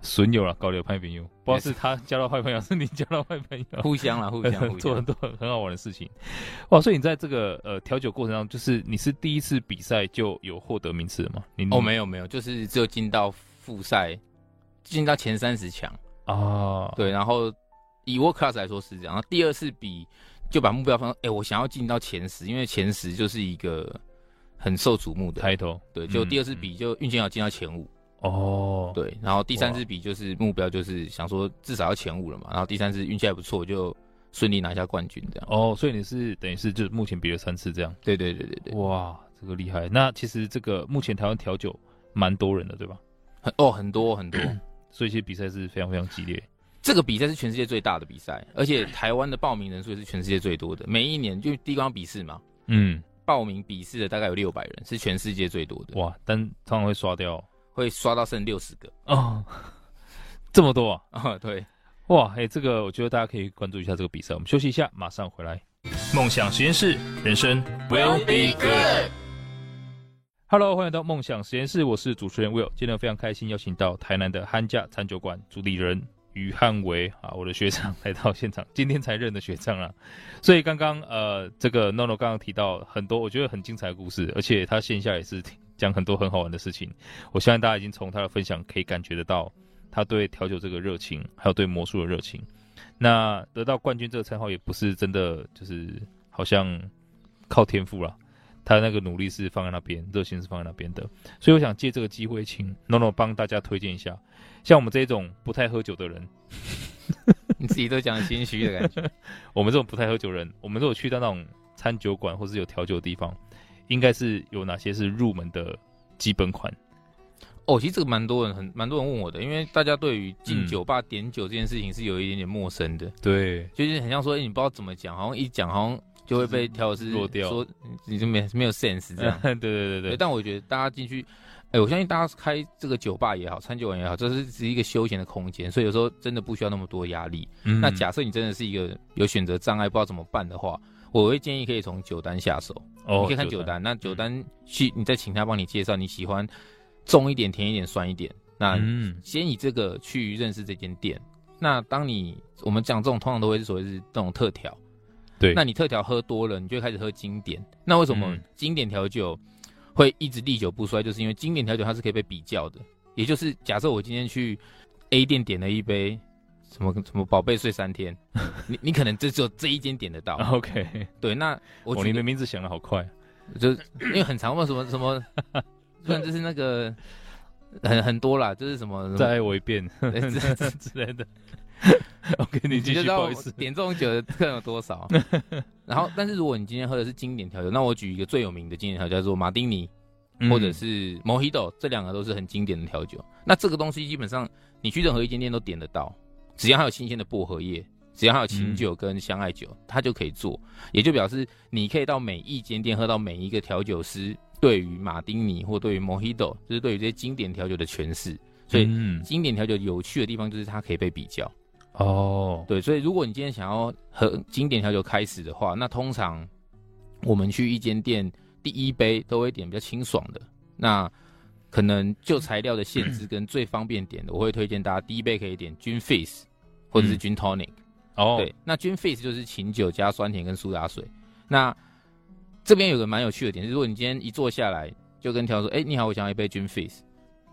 Speaker 1: 损友了，高流派朋友，不知道是他交到坏朋友，是你交到坏朋友，
Speaker 2: 互相啦，互
Speaker 1: [laughs]
Speaker 2: 相，互
Speaker 1: 做嗯很
Speaker 2: 相。
Speaker 1: 多很很好玩的事情。哇，所以你在这个呃调酒过程当中，就是你是第一次比赛就有获得名次的吗？你
Speaker 2: 哦，没有没有，就是只有进到复赛，进到前三十强。
Speaker 1: 啊，
Speaker 2: 对，然后以 World Class 来说是这样，然后第二次比就把目标放到，哎、我想要进到前十，因为前十就是一个很受瞩目的。
Speaker 1: 抬头，
Speaker 2: 对，就第二次
Speaker 1: 嗯
Speaker 2: 比就运气好进到前五，
Speaker 1: 哦，
Speaker 2: 对，然后第三次比就是目标就是想说至少要前五了嘛，然后第三次运气还不错，就顺利拿下冠军这样。
Speaker 1: 哦，所以你是等于是就是目前比了三次这样，
Speaker 2: 对对对对对，
Speaker 1: 哇，这个厉害。那其实这个目前台湾调酒蛮多人的，对吧？
Speaker 2: 很哦很多
Speaker 1: [clears throat]
Speaker 2: 很多，
Speaker 1: 所以其实比赛是非常非常激烈。
Speaker 2: 这个比赛是全世界最大的比赛，而且台湾的报名人数也是全世界最多的，每一年就第一关比试嘛，
Speaker 1: 嗯，
Speaker 2: 报名比试的大概有六百人，是全世界最多的，
Speaker 1: 哇，但通常会刷掉
Speaker 2: 会刷到剩六十个 [laughs]
Speaker 1: 哦， [laughs] 这么多啊！
Speaker 2: 啊、对。
Speaker 1: 哇，哎、这个我觉得大家可以关注一下这个比赛。我们休息一下，马上回来。梦想实验室，人生 will be good。Hello，欢迎来到梦想实验室，我是主持人 Will。今天非常开心，邀请到台南的憨家餐酒馆主理人于汉维啊，我的学长来到现场， [laughs] 今天才认的学长啊。所以刚刚呃，这个 NONO 刚刚提到很多我觉得很精彩的故事，而且他线下也是挺讲很多很好玩的事情。我相信大家已经从他的分享可以感觉得到他对调酒这个热情，还有对魔术的热情。那得到冠军这个称号也不是真的，就是好像靠天赋啦，他那个努力是放在那边，热情是放在那边的。所以我想借这个机会，请 NONO 帮大家推荐一下，像我们这种不太喝酒的人，
Speaker 2: [laughs] 你自己都讲心虚的感觉。 [laughs]
Speaker 1: 我们这种不太喝酒人，我们如果去到那种餐酒馆或是有调酒的地方，应该是有哪些是入门的基本款？
Speaker 2: 哦，其实这个蛮多人很蛮多人问我的，因为大家对于进
Speaker 1: 嗯
Speaker 2: 酒吧点酒这件事情是有一点点陌生的，
Speaker 1: 对，
Speaker 2: 就是很像说，哎、你不知道怎么讲，好像一讲好像就会被调酒师
Speaker 1: 弱掉。
Speaker 2: 说你就没没有 sense 这样
Speaker 1: 对对对
Speaker 2: 对，
Speaker 1: 对，
Speaker 2: 但我觉得大家进去，哎、我相信大家开这个酒吧也好，餐酒馆也好，这是只是一个休闲的空间，所以有时候真的不需要那么多压力。
Speaker 1: 嗯
Speaker 2: 那假设你真的是一个有选择障碍，不知道怎么办的话，我会建议可以从酒单下手。
Speaker 1: 哦
Speaker 2: 你可以看酒单，那酒单去你再请他帮你介绍你喜欢重一点、甜一点、酸一点。那
Speaker 1: 嗯
Speaker 2: 先以这个去认识这间店。那当你我们讲这种通常都会是所谓是这种特调，
Speaker 1: 对，
Speaker 2: 那你特调喝多了，你就会开始喝经典。那为什么
Speaker 1: 嗯
Speaker 2: 经典调酒会一直历久不衰？就是因为经典调酒它是可以被比较的，也就是假设我今天去 A 店点了一杯什么什么宝贝睡
Speaker 1: [laughs]
Speaker 2: 三天，你你可能就只有这一间点得到。
Speaker 1: OK，
Speaker 2: 对，那我嗯
Speaker 1: 哦，
Speaker 2: 举
Speaker 1: 你
Speaker 2: 个
Speaker 1: 的名字想的好快，
Speaker 2: 就是因为很常问什么
Speaker 1: [laughs]
Speaker 2: 什么，虽然就是那个很很多啦，就是什么
Speaker 1: 再爱我一遍
Speaker 2: 对之 [laughs]
Speaker 1: [laughs] 之类的。OK，你继续，
Speaker 2: 就知
Speaker 1: 不
Speaker 2: 道
Speaker 1: 好意
Speaker 2: 我
Speaker 1: 思。
Speaker 2: 点这种酒的客人有多少。
Speaker 1: [laughs]
Speaker 2: 然后，但是如果你今天喝的是经典调酒，那我举一个最有名的经典调酒叫做马丁尼，
Speaker 1: 嗯
Speaker 2: 或者是 Mojito，这两个都是很经典的调酒。那这个东西基本上你去任何一间店都点得到，只要它有新鲜的薄荷叶，只要它有琴酒跟香艾酒，它就可以做。也就表示你可以到每一间店喝到每一个调酒师对于马丁尼或对于 Mojito，就是对于这些经典调酒的诠释。所以
Speaker 1: 嗯
Speaker 2: 经典调酒有趣的地方就是它可以被比较。
Speaker 1: 哦，
Speaker 2: 对，所以如果你今天想要和经典调酒开始的话，那通常我们去一间店，第一杯都会点比较清爽的。那可能就材料的限制跟最方便点的，我会推荐大家第一杯可以点 Gin Fizz 或者是
Speaker 1: 嗯
Speaker 2: Gin Tonic、
Speaker 1: 哦，
Speaker 2: 对，那 Gin Fizz 就是琴酒加酸甜跟苏打水。那这边有个蛮有趣的点，就是如果你今天一坐下来就跟调酒说：“哎、你好，我想要一杯 Gin Fizz。”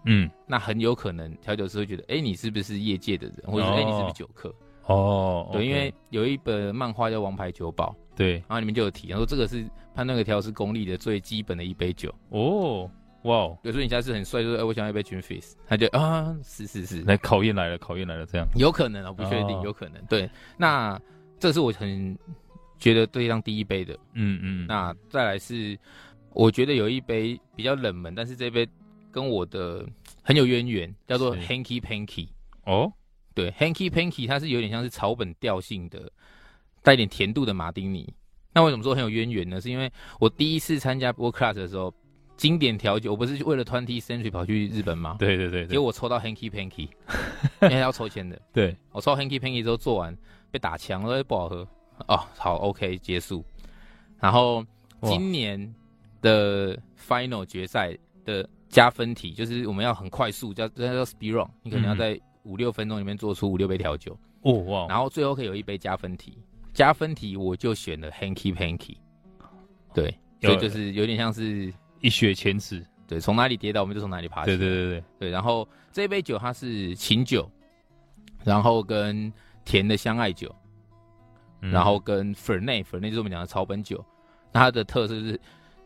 Speaker 1: 嗯，
Speaker 2: 那很有可能调酒师会觉得：“哎、你是不是业界的人？或者是哎、你是不
Speaker 1: 哦
Speaker 2: 是酒客？”
Speaker 1: 哦，
Speaker 2: 对，
Speaker 1: OK，
Speaker 2: 因为有一本漫画叫《王牌酒保》，
Speaker 1: 对，
Speaker 2: 然后里面就有提，然后这个是判断个调是功力的最基本的一杯酒。
Speaker 1: 哦，哇哦，
Speaker 2: 有时候你下次很帅，就说：“哎、我想要一杯 Gin Fizz。”他就啊，是是是，
Speaker 1: 来考验来了，考验来了，这样，
Speaker 2: 有可能啊，不确定，
Speaker 1: 哦
Speaker 2: 有可能。对，那这是我很觉得对上第一杯的。
Speaker 1: 嗯嗯，
Speaker 2: 那再来是，我觉得有一杯比较冷门，但是这杯跟我的很有渊源，叫做
Speaker 1: 是
Speaker 2: Hanky Panky。
Speaker 1: 哦，
Speaker 2: 对，Hanky Panky 它是有点像是草本调性的，带一点甜度的马丁尼。那为什么说很有渊源呢？是因为我第一次参加 b o Class 的时候，经典调酒，我不是为了 Twenty Century 跑去日本吗？
Speaker 1: 对对对
Speaker 2: 结
Speaker 1: 对
Speaker 2: 果我抽到 Hanky Panky，因 [laughs] 为要抽签的。
Speaker 1: 对，
Speaker 2: 我抽 Hanky Panky 之后做完被打枪，我说、欸、不好喝。哦，好，OK，结束。然后
Speaker 1: 哇
Speaker 2: 今年的 Final 决赛的加分题，就是我们要很快速，叫这叫 Speed Run，你可能要
Speaker 1: 嗯
Speaker 2: 在五六分钟里面做出五六杯调酒，
Speaker 1: 哦哇，
Speaker 2: 然后最后可以有一杯加分题。加分题我就选了 Hanky Panky，对，
Speaker 1: 有
Speaker 2: 所以就是有点像是
Speaker 1: 一雪前耻，
Speaker 2: 对，从哪里跌倒我们就从哪里爬起。
Speaker 1: 对对对对，
Speaker 2: 对，然后这杯酒它是琴酒，然后跟甜的香艾酒，
Speaker 1: 嗯
Speaker 2: 然后跟粉内粉内就是我们讲的草本酒，那它的特色是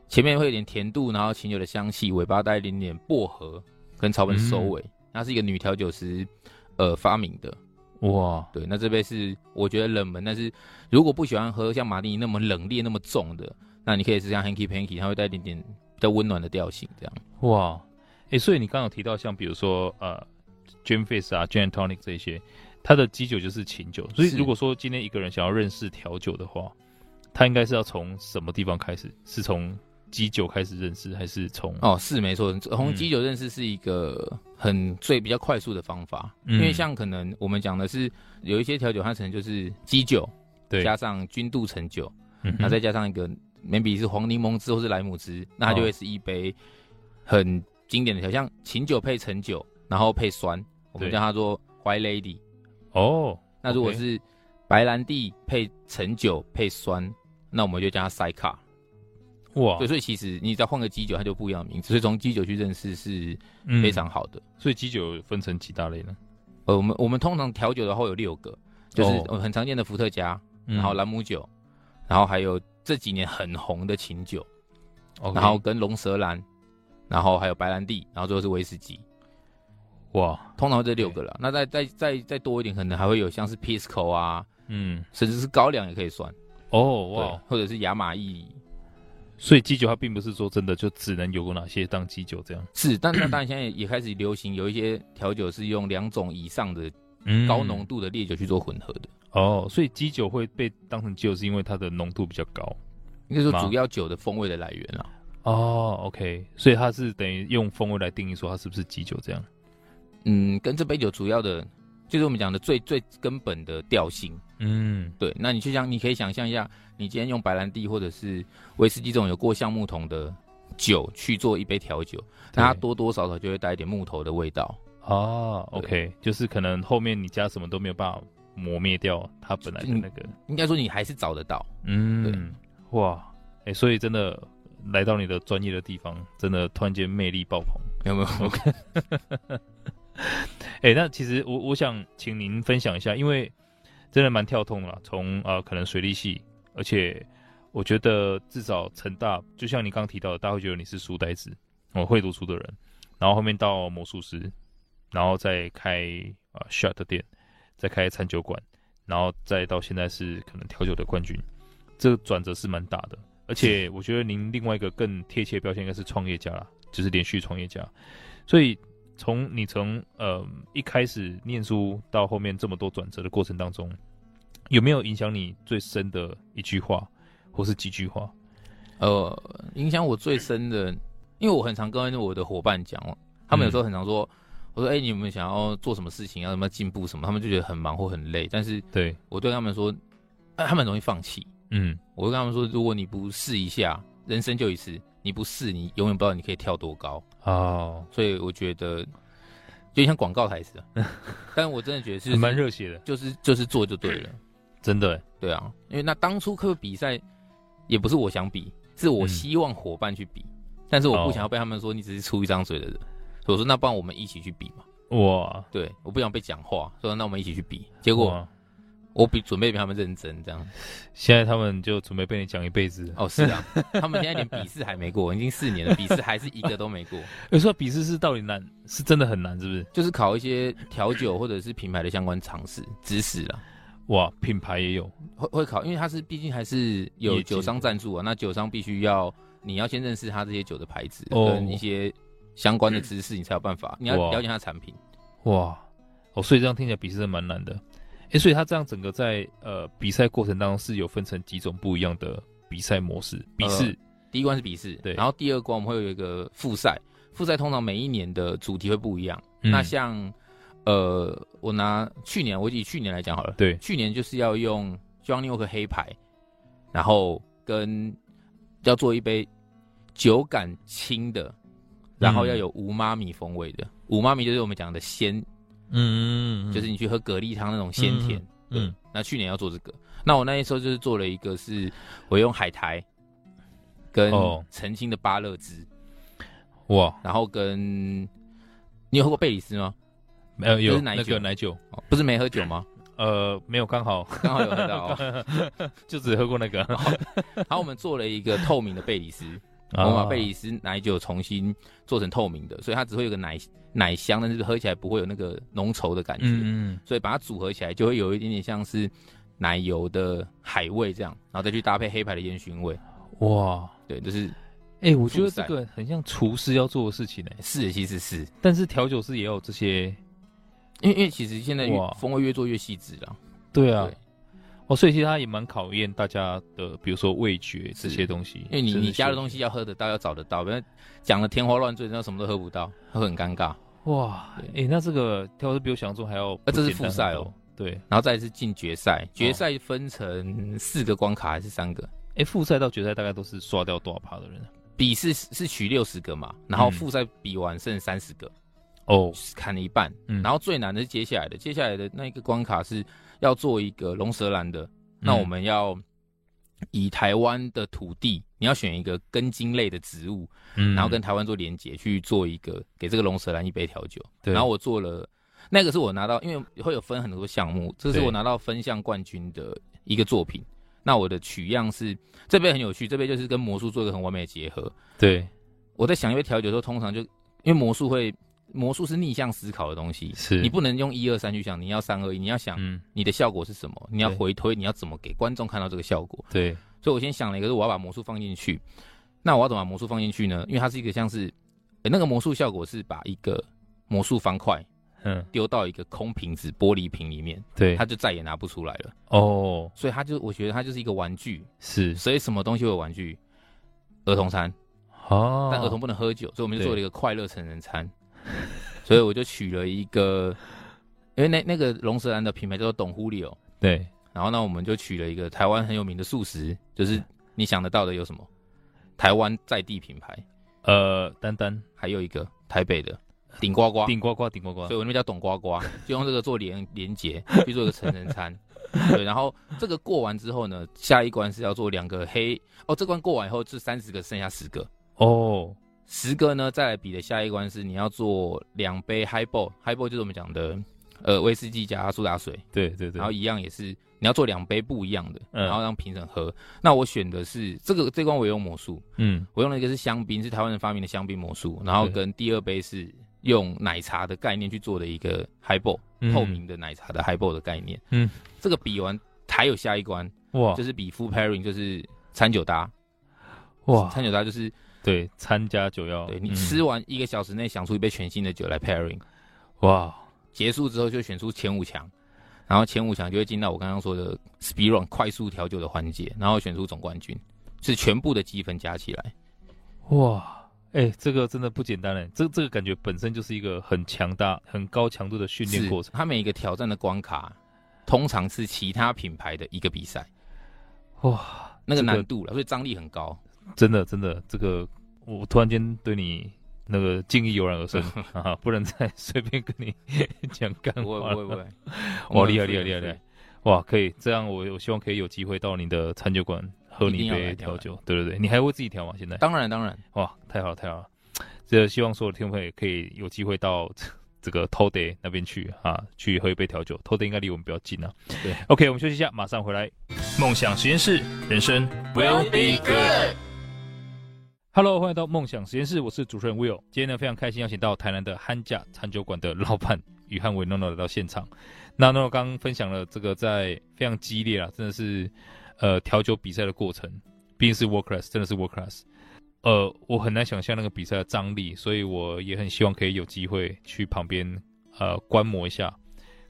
Speaker 2: 前面会有点甜度，然后琴酒的香气，尾巴带一点点薄荷跟草本收尾。
Speaker 1: 嗯
Speaker 2: 那是一个女调酒师呃发明的，
Speaker 1: 哇，
Speaker 2: 对，那这杯是我觉得冷门，但是如果不喜欢喝像马丁尼那么冷冽那么重的，那你可以试像 Hanky Panky，它会带一点点比较温暖的调性这样。
Speaker 1: 嗯哇，哎、所以你刚刚有提到像比如说呃 j a m f i s 啊、Gin and Tonic 这些，它的基酒就是琴酒，所以
Speaker 2: 是
Speaker 1: 如果说今天一个人想要认识调酒的话，他应该是要从什么地方开始？是从基酒开始认识，还是从
Speaker 2: 哦，是没错，从
Speaker 1: 嗯
Speaker 2: 基酒认识是一个很最比较快速的方法，
Speaker 1: 嗯
Speaker 2: 因为像可能我们讲的是有一些调酒，它可能就是基酒
Speaker 1: 对，
Speaker 2: 加上君度橙酒，
Speaker 1: 嗯
Speaker 2: 然后
Speaker 1: 哼
Speaker 2: 再加上一个 maybe 是黄柠檬汁或是莱姆汁，那它就
Speaker 1: 哦
Speaker 2: 会是一杯很经典的调，像琴酒配橙酒，然后配酸，我们
Speaker 1: 对
Speaker 2: 叫它做 White Lady。
Speaker 1: 哦，
Speaker 2: 那如果
Speaker 1: OK
Speaker 2: 是白兰地配橙酒配酸，那我们就叫它 Sidecar。
Speaker 1: 哦哇
Speaker 2: 对，，所以其实你只要换个基酒，它就不一样的名字。所以从基酒去认识是
Speaker 1: 嗯
Speaker 2: 非常好的。
Speaker 1: 所以基酒有分成几大类呢？
Speaker 2: 呃，我们我们通常调酒的话有六个，就是
Speaker 1: 哦嗯
Speaker 2: 呃很常见的伏特加，然后
Speaker 1: 来，
Speaker 2: 兰姆酒，然后还有这几年很红的琴酒，
Speaker 1: OK
Speaker 2: 然后跟龙舌兰，然后还有白兰地，然后最后是威士忌。
Speaker 1: 哇，
Speaker 2: 通常会这六个了。那再再再再多一点，可能还会有像是 Pisco 啊，
Speaker 1: 嗯，
Speaker 2: 甚至是高粱也可以算，
Speaker 1: 哦
Speaker 2: 对
Speaker 1: 哇，，
Speaker 2: 或者是亚马邑。
Speaker 1: 所以基酒它并不是说真的就只能有哪些当基酒这样，
Speaker 2: 是，但那当然现在也开始流行，有一些调酒是用两种以上的
Speaker 1: 嗯
Speaker 2: 高浓度的烈酒去做混合的。
Speaker 1: 哦，所以基酒会被当成基酒是因为它的浓度比较高。
Speaker 2: 应该说
Speaker 1: 吗
Speaker 2: 主要酒的风味的来源啊，
Speaker 1: 哦，OK，所以它是等于用风味来定义说它是不是基酒这样。
Speaker 2: 嗯，跟这杯酒主要的，就是我们讲的最最根本的调性。
Speaker 1: 嗯，
Speaker 2: 对，那你去想，你可以想象一下，你今天用白兰地或者是威士忌这种有过橡木桶的酒去做一杯调酒，那它
Speaker 1: 对
Speaker 2: 多多少少就会带一点木头的味道，
Speaker 1: 哦，OK，就是可能后面你加什么都没有办法磨灭掉它本来的那个。
Speaker 2: 应该说你还是找得到。
Speaker 1: 嗯，哇，哎、所以真的来到你的专业的地方，真的突然间魅力爆棚。
Speaker 2: 有没有？
Speaker 1: 哎、那其实我我想请您分享一下，因为真的蛮跳痛的啦，从啊、呃可能水利系，而且我觉得至少成大，就像你刚提到的，大家会觉得你是书呆子，我、会读书的人，然后后面到魔术师，然后再开啊、shut 的店，再开餐酒馆，然后再到现在是可能调酒的冠军，这个转折是蛮大的。而且我觉得您另外一个更贴切的标签应该是创业家啦，就是连续创业家。所以从你从呃一开始念书到后面这么多转折的过程当中，有没有影响你最深的一句话，或是几句话？
Speaker 2: [laughs] 呃，影响我最深的，因为我很常跟我的伙伴讲，哦他们有时候很常说，我说，哎、你们想要做什么事情，要什么进步什么，他们就觉得很忙或很累，但是
Speaker 1: 对，
Speaker 2: 我对他们说，啊他们很容易放弃。
Speaker 1: 嗯，
Speaker 2: 我会跟他们说，如果你不试一下，人生就一次，你不试，你永远不知道你可以跳多高。
Speaker 1: 哦，
Speaker 2: 所以我觉得，就像广告台
Speaker 1: [laughs]
Speaker 2: 词啊，但是我真的觉得是
Speaker 1: 还蛮，热血的，
Speaker 2: 就是就是做就对了，
Speaker 1: 真的欸，
Speaker 2: 对啊，因为那当初科比赛也不是我想比，是我
Speaker 1: 嗯
Speaker 2: 希望伙伴去比，但是我
Speaker 1: 哦
Speaker 2: 不想要被他们说你只是出一张嘴的人，所以我说那不然我们一起去比嘛，
Speaker 1: 哇，
Speaker 2: 对，我不想被讲话，所以那我们一起去比，结果
Speaker 1: 哇
Speaker 2: 我比准备比他们认真这样，
Speaker 1: 现在他们就准备被你讲一辈子了。
Speaker 2: 哦，是
Speaker 1: [laughs]
Speaker 2: 啊，他们现在连笔试还没过，已经四年了，笔试还是一个都没过，
Speaker 1: 有时候笔试是到底难，是真的很难，是不是？
Speaker 2: 就是考一些调酒或者是品牌的相关常识知识啦，
Speaker 1: 哇，品牌也有，
Speaker 2: 会会考，因为它是毕竟还是有
Speaker 1: 业界
Speaker 2: 酒商赞助啊，那酒商必须要你要先认识他这些酒的牌子、
Speaker 1: 哦
Speaker 2: 跟一些相关的知识，你才有办法，你要
Speaker 1: 哇
Speaker 2: 了解他的产品。
Speaker 1: 哇，哦，所以这样听起来笔试真的蛮难的。诶，所以他这样整个在呃比赛过程当中是有分成几种不一样的比赛模式，笔试、
Speaker 2: 第一关是笔试，
Speaker 1: 对
Speaker 2: 然后第二关我们会有一个复赛，复赛通常每一年的主题会不一样。
Speaker 1: 嗯
Speaker 2: 那像呃，我拿去年，我以去年来讲好了，
Speaker 1: 对
Speaker 2: 去年就是要用 Johnny Walker 黑牌，然后跟要做一杯酒感轻的，然后要有无妈咪风味的。无妈咪就是我们讲的鲜，
Speaker 1: 嗯
Speaker 2: 就是你去喝蛤蜊汤那种鲜甜。对
Speaker 1: 嗯
Speaker 2: 那去年要做这个，那我那时候就是做了一个是，我用海苔跟
Speaker 1: 哦
Speaker 2: 澄清的芭乐汁，
Speaker 1: 哇，
Speaker 2: 然后跟你有喝过贝里斯吗？
Speaker 1: 呃
Speaker 2: 这
Speaker 1: 有
Speaker 2: 是奶
Speaker 1: 那
Speaker 2: 酒
Speaker 1: 个奶酒，
Speaker 2: 哦不是没喝酒
Speaker 1: [laughs]
Speaker 2: 吗？
Speaker 1: 呃没有刚好 [laughs]
Speaker 2: 刚好有喝到、哦。
Speaker 1: 就只喝过那个，
Speaker 2: 然后我们做了一个透明的贝里斯，
Speaker 1: 啊
Speaker 2: 我们把贝里斯奶酒重新做成透明的，所以它只会有个奶奶香，但是喝起来不会有那个浓稠的感觉。
Speaker 1: 嗯嗯
Speaker 2: 所以把它组合起来，就会有一点点像是奶油的海味这样，然后再去搭配黑牌的烟熏味。
Speaker 1: 嗯哇，
Speaker 2: 对，就是
Speaker 1: 诶，我觉得
Speaker 2: 复赛
Speaker 1: 这个很像厨师要做的事情诶，
Speaker 2: 是，其实是
Speaker 1: 但是调酒师也有这些，
Speaker 2: 因为因为其实现在越
Speaker 1: 哇
Speaker 2: 风味越做越细致了。
Speaker 1: 对
Speaker 2: 对
Speaker 1: 啊，，哦，所以其实他也蛮考验大家的，比如说味觉这些东西，
Speaker 2: 因为你
Speaker 1: 真
Speaker 2: 你加的东
Speaker 1: 西
Speaker 2: 西要喝得到，要找得到，不然讲的天花乱坠，然后什么都喝不到，会很尴尬。
Speaker 1: 哇，诶，那这个调的比我想象中还要不
Speaker 2: 呃这是
Speaker 1: 简单
Speaker 2: 复赛
Speaker 1: 很
Speaker 2: 哦
Speaker 1: 多，对，
Speaker 2: 然后再是进决赛，
Speaker 1: 哦
Speaker 2: 决赛分成四个关卡还是三个？
Speaker 1: 诶，复赛到决赛大概都是刷掉多少趴的人啊
Speaker 2: 比是是取六十个嘛，然后
Speaker 1: 嗯
Speaker 2: 复赛比完剩三十个，
Speaker 1: 哦，
Speaker 2: 砍了一半。
Speaker 1: 嗯
Speaker 2: 然后最难的是接下来的，接下来的那一个关卡是要做一个龙舌兰的，
Speaker 1: 嗯
Speaker 2: 那我们要以台湾的土地，你要选一个根茎类的植物，
Speaker 1: 嗯，
Speaker 2: 然后跟台湾做连结，去做一个给这个龙舌兰一杯调酒。
Speaker 1: 对
Speaker 2: 然后我做了那个是我拿到，因为会有分很多项目，这是
Speaker 1: 对
Speaker 2: 我拿到分项冠军的一个作品。那我的取样是这杯很有趣，这杯就是跟魔术做一个很完美的结合。
Speaker 1: 对
Speaker 2: 我在想一杯调酒的时候，通常就因为魔术会，魔术是逆向思考的东西，
Speaker 1: 是
Speaker 2: 你不能用一二三去想，你要三二一，你要想
Speaker 1: 嗯
Speaker 2: 你的效果是什么，你要
Speaker 1: 对
Speaker 2: 回推，你要怎么给观众看到这个效果。
Speaker 1: 对
Speaker 2: 所以我先想了一个，是我要把魔术放进去。那我要怎么把魔术放进去呢？因为它是一个像是，诶那个魔术效果是把一个魔术方块
Speaker 1: 嗯
Speaker 2: 丢到一个空瓶子、玻璃瓶里面，
Speaker 1: 对
Speaker 2: 它就再也拿不出来了。
Speaker 1: 哦
Speaker 2: 所以它就，我觉得它就是一个玩具。
Speaker 1: 是
Speaker 2: 所以什么东西会有玩具？儿童餐，
Speaker 1: 哦，
Speaker 2: 但儿童不能喝酒，所以我们就
Speaker 1: 对
Speaker 2: 做了一个快乐成人餐。 [laughs] 所以我就取了一个，因为那那个龙舌兰的品牌叫做董忽里哦，
Speaker 1: 对
Speaker 2: 然后呢，我们就取了一个台湾很有名的素食，就是你想得到的有什么？台湾在地品牌，
Speaker 1: 呃丹丹
Speaker 2: 还有一个台北的顶呱呱，
Speaker 1: 顶呱呱顶呱呱
Speaker 2: 所以，我那边叫董呱呱，就用这个做连连结去做一个成人餐。对，然后这个过完之后呢，下一关是要做两个黑哦，这关过完以后是三十个，剩下十个，
Speaker 1: 哦
Speaker 2: 十个呢再来比的下一关是你要做两杯 high ball，high ball 就是我们讲的呃威士忌加苏打水，
Speaker 1: 对对对
Speaker 2: 然后，一样也是你要做两杯不一样的，
Speaker 1: 嗯
Speaker 2: 然后让评审喝。那我选的是这个这关我也用魔术，
Speaker 1: 嗯
Speaker 2: 我用了一个是香槟，是台湾人发明的香槟魔术，然后
Speaker 1: 对
Speaker 2: 跟第二杯是用奶茶的概念去做的一个 highball，、
Speaker 1: 嗯
Speaker 2: 透明的奶茶的 highball 的概念。
Speaker 1: 嗯
Speaker 2: 这个比完还有下一关，
Speaker 1: 哇
Speaker 2: 就是比 f o o pairing，就是餐酒搭。
Speaker 1: 哇
Speaker 2: 餐酒搭就是
Speaker 1: 对参加酒要
Speaker 2: 对你
Speaker 1: 嗯
Speaker 2: 吃完一个小时内想出一杯全新的酒来 pairing，
Speaker 1: 哇
Speaker 2: 结束之后就选出前五强，然后前五强就会进到我刚刚说的 speed run 快速调酒的环节，然后选出总冠军，是全部的积分加起来。
Speaker 1: 哇，哎、这个真的不简单哎，这这个感觉本身就是一个很强大、很高强度的训练过程。
Speaker 2: 它每一个挑战的关卡，通常是其他品牌的一个比赛，
Speaker 1: 哇，
Speaker 2: 那个
Speaker 1: 这个
Speaker 2: 难度了，所以张力
Speaker 1: [laughs]
Speaker 2: 很高。
Speaker 1: 真的真的，这个我突然间对你那个敬意油然而
Speaker 2: [laughs]
Speaker 1: 生啊，不能再 [laughs] 随便跟你讲干
Speaker 2: 不
Speaker 1: 话
Speaker 2: 会
Speaker 1: 了。
Speaker 2: 不会
Speaker 1: [laughs]
Speaker 2: 不会，
Speaker 1: 哇
Speaker 2: 我们
Speaker 1: 哦厉害
Speaker 2: 很
Speaker 1: 厉害
Speaker 2: free，
Speaker 1: 厉害
Speaker 2: 很
Speaker 1: 厉害
Speaker 2: free！
Speaker 1: 哇，可以这样我，我希望可以有机会到你的餐酒馆喝你
Speaker 2: 一
Speaker 1: 一
Speaker 2: 定要
Speaker 1: 杯
Speaker 2: 来嗯
Speaker 1: 调酒。对对对，你还会自己调吗？现在？
Speaker 2: 当然当然，
Speaker 1: 哇，太好了太好了！这希望所有的听众朋友也可以有机会到这个 t o d a y 那边去啊，去喝一杯调酒。t o d a y 应该离我们比较近啊。
Speaker 2: 对
Speaker 1: ，OK，我们休息一下，马上回来。梦想实验室，人生 will be good。Hello，欢迎来到梦想实验室，我是主持人 Will。今天呢，非常开心邀请到台南的憨甲餐酒馆的老板于汉伟 NONO 来到现场。那 NONO 刚刚分享了这个在非常激烈啊，真的是呃调酒比赛的过程，毕竟是 world class，真的是 world class。呃，我很难想象那个比赛的张力，所以我也很希望可以有机会去旁边呃观摩一下。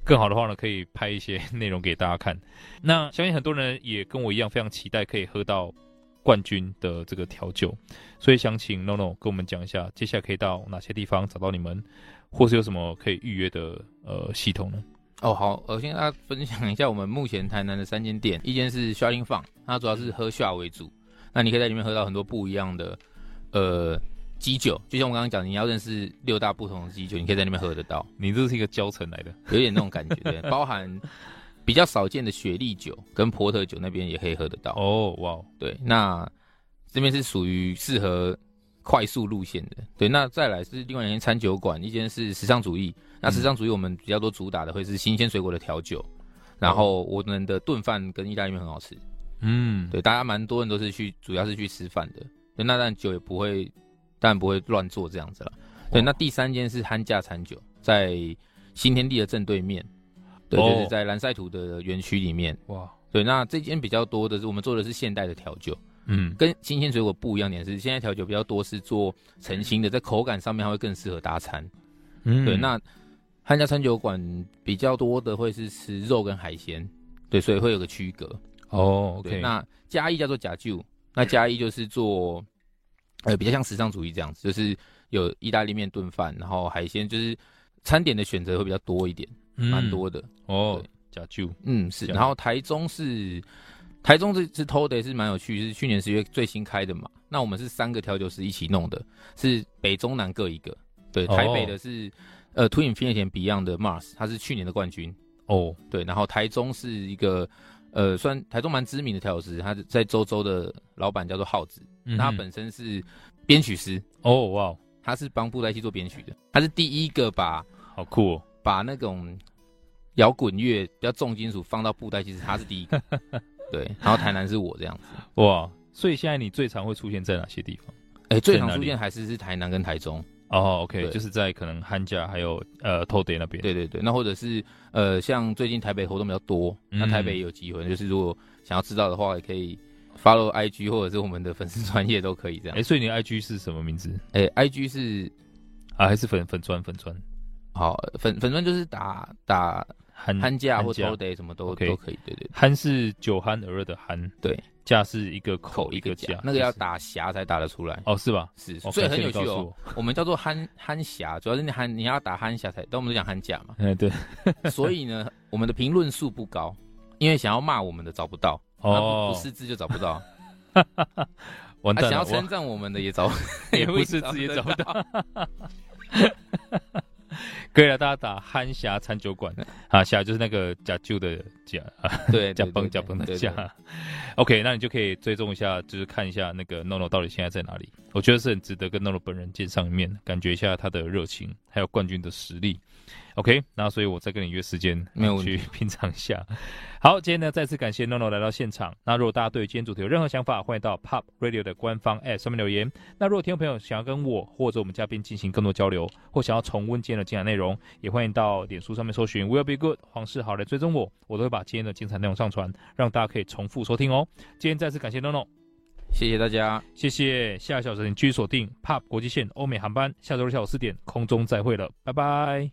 Speaker 1: 更好的话呢，可以拍一些内容给大家看。那相信很多人也跟我一样，非常期待可以喝到冠军的这个调酒，所以想请 NONO 跟我们讲一下，接下来可以到哪些地方找到你们，或是有什么可以预约的呃系统呢？
Speaker 2: 哦，好，我先跟大家分享一下我们目前台南的三间店，一间是 s h o t i n g Fun，它主要是喝下为主，那你可以在里面喝到很多不一样的呃基酒，就像我刚刚讲，你要认识六大不同的基酒，你可以在那边喝得到，
Speaker 1: 你这是一个教程来的，
Speaker 2: 有点那种感觉，对， [laughs] 包含比较少见的雪莉酒跟波特酒那边也可以喝得到。
Speaker 1: 哦，哇哦，
Speaker 2: 对，那这边是属于适合快速路线的。对，那再来是另外一间餐酒馆，一间是时尚主义。那时尚主义我们比较多主打的会是新鲜水果的调酒，然后我们的炖饭跟意大利面很好吃。
Speaker 1: 嗯，
Speaker 2: 对，大家蛮多人都是去，主要是去吃饭的。对，那当然酒也不会，当然不会乱做这样子了。
Speaker 1: 哦
Speaker 2: 对，那第三间是憨架餐酒，在新天地的正对面，对，
Speaker 1: 哦
Speaker 2: 就是在蓝晒图的园区里面。
Speaker 1: 哇，
Speaker 2: 对，那这间比较多的是我们做的是现代的调酒。
Speaker 1: 嗯，
Speaker 2: 跟新鲜水果不一样点是，现在调酒比较多是做澄清的，在口感上面它会更适合搭餐。
Speaker 1: 嗯
Speaker 2: 对，那汉家餐酒馆比较多的会是吃肉跟海鲜，对，所以会有个区隔。
Speaker 1: 哦
Speaker 2: 对，
Speaker 1: ，OK，
Speaker 2: 那嘉义叫做假酒，那嘉义就是做呃比较像时尚主义这样子，就是有意大利面炖饭，然后海鲜就是餐点的选择会比较多一点，蛮
Speaker 1: 嗯
Speaker 2: 多的。
Speaker 1: 哦，假酒，
Speaker 2: 嗯，是。
Speaker 1: 这样
Speaker 2: 然后台中是台中这次偷的也是蛮有趣，是去年十月最新开的嘛。那我们是三个调酒师一起弄的，是北中南各一个。对，
Speaker 1: 哦
Speaker 2: 台北的是、呃 t w i n f i n i t y Beyond 的 Mars，他是去年的冠军。
Speaker 1: 哦，
Speaker 2: 对，然后台中是一个呃，算台中蛮知名的调酒师，他在周周的老板叫做浩子，
Speaker 1: 嗯
Speaker 2: 那他
Speaker 1: 哼
Speaker 2: 本身是编曲师，
Speaker 1: 哦哇哦，
Speaker 2: 他是帮布袋戏做编曲的，他是第一个把
Speaker 1: 好酷哦，
Speaker 2: 把那种摇滚乐比较重金属放到布袋，其实他是第一
Speaker 1: [laughs]
Speaker 2: 个。对，然后台南是我这样子。
Speaker 1: 哇，所以现在你最常会出现在哪些地方？
Speaker 2: 哎、最
Speaker 1: 在
Speaker 2: 常
Speaker 1: 哪里
Speaker 2: 出现还是是台南跟台中。
Speaker 1: 哦，OK，
Speaker 2: 对
Speaker 1: 就是在可能汉家还有呃透 day 那边，
Speaker 2: 对对对，那或者是呃，像最近台北活动比较多，那
Speaker 1: 嗯
Speaker 2: 台北也有机会，就是如果想要知道的话，也可以 follow IG 或者是我们的粉丝专业都可以这样
Speaker 1: 哎，。所以你的 IG 是什么名字
Speaker 2: 哎、i g 是
Speaker 1: 啊？还是粉粉砖粉砖？
Speaker 2: 好粉粉专就是打打
Speaker 1: 憨
Speaker 2: 憨架或
Speaker 1: 憨架
Speaker 2: o day 什么都
Speaker 1: 嗯 OK
Speaker 2: 都可以。对对对
Speaker 1: 憨是酒酣耳热的酣，
Speaker 2: 对，
Speaker 1: 架是一个口
Speaker 2: 口
Speaker 1: 一
Speaker 2: 一
Speaker 1: 个
Speaker 2: 个
Speaker 1: 架
Speaker 2: 夹，，那个要
Speaker 1: 就是
Speaker 2: 打匣才打得出来。
Speaker 1: 哦是吧？
Speaker 2: 是，
Speaker 1: 哦
Speaker 2: 所以
Speaker 1: 感
Speaker 2: 很
Speaker 1: 谢
Speaker 2: 有
Speaker 1: 你
Speaker 2: 趣
Speaker 1: 告诉
Speaker 2: 哦。
Speaker 1: 我。
Speaker 2: 我们叫做憨憨侠，主要是你憨你要打憨侠才，但我们都讲憨甲嘛 [laughs]
Speaker 1: 哎对，
Speaker 2: 啊所以呢，我们的评论数不高，因为想要骂我们的找不到，那不
Speaker 1: 哦
Speaker 2: 不，识字就找不到， [laughs]
Speaker 1: 完
Speaker 2: 啊
Speaker 1: 蛋了，
Speaker 2: 想要
Speaker 1: 我 [laughs]
Speaker 2: 称赞我们 [laughs] 的也啊找
Speaker 1: 也不
Speaker 2: 会
Speaker 1: 是自己
Speaker 2: 得
Speaker 1: 找 [laughs] 不
Speaker 2: 到。
Speaker 1: 可以了，大家打憨侠餐酒馆啊，侠就是那个假酒的假啊，
Speaker 2: [laughs] 对，
Speaker 1: 假
Speaker 2: 对
Speaker 1: 崩假崩的。
Speaker 2: 对对对
Speaker 1: 假。OK，那你就可以追踪一下，就是看一下那个 NONO 到底现在在哪里。我觉得是很值得跟 NONO 本人见上一面，感觉一下他的热情，还有冠军的实力。OK，那所以我再跟你约时间，
Speaker 2: 没有问
Speaker 1: 去
Speaker 2: 题
Speaker 1: 品尝一下。好，今天呢再次感谢 NONO 来到现场。那如果大家对今天主题有任何想法，欢迎到 Pop Radio 的官方 App 上面留言。那如果听众朋友想要跟我或者我们嘉宾进行更多交流，或想要重温今天的精彩内容，也欢迎到脸书上面搜寻 Will Be Good 黄世豪来追踪我，我都会把今天的精彩内容上传，让大家可以重复收听哦。今天再次感谢 NONO，
Speaker 2: 谢谢大家，
Speaker 1: 谢谢。下个小时请继续锁定 Pop 国际线欧美航班，下周六下午四点空中再会了，拜拜。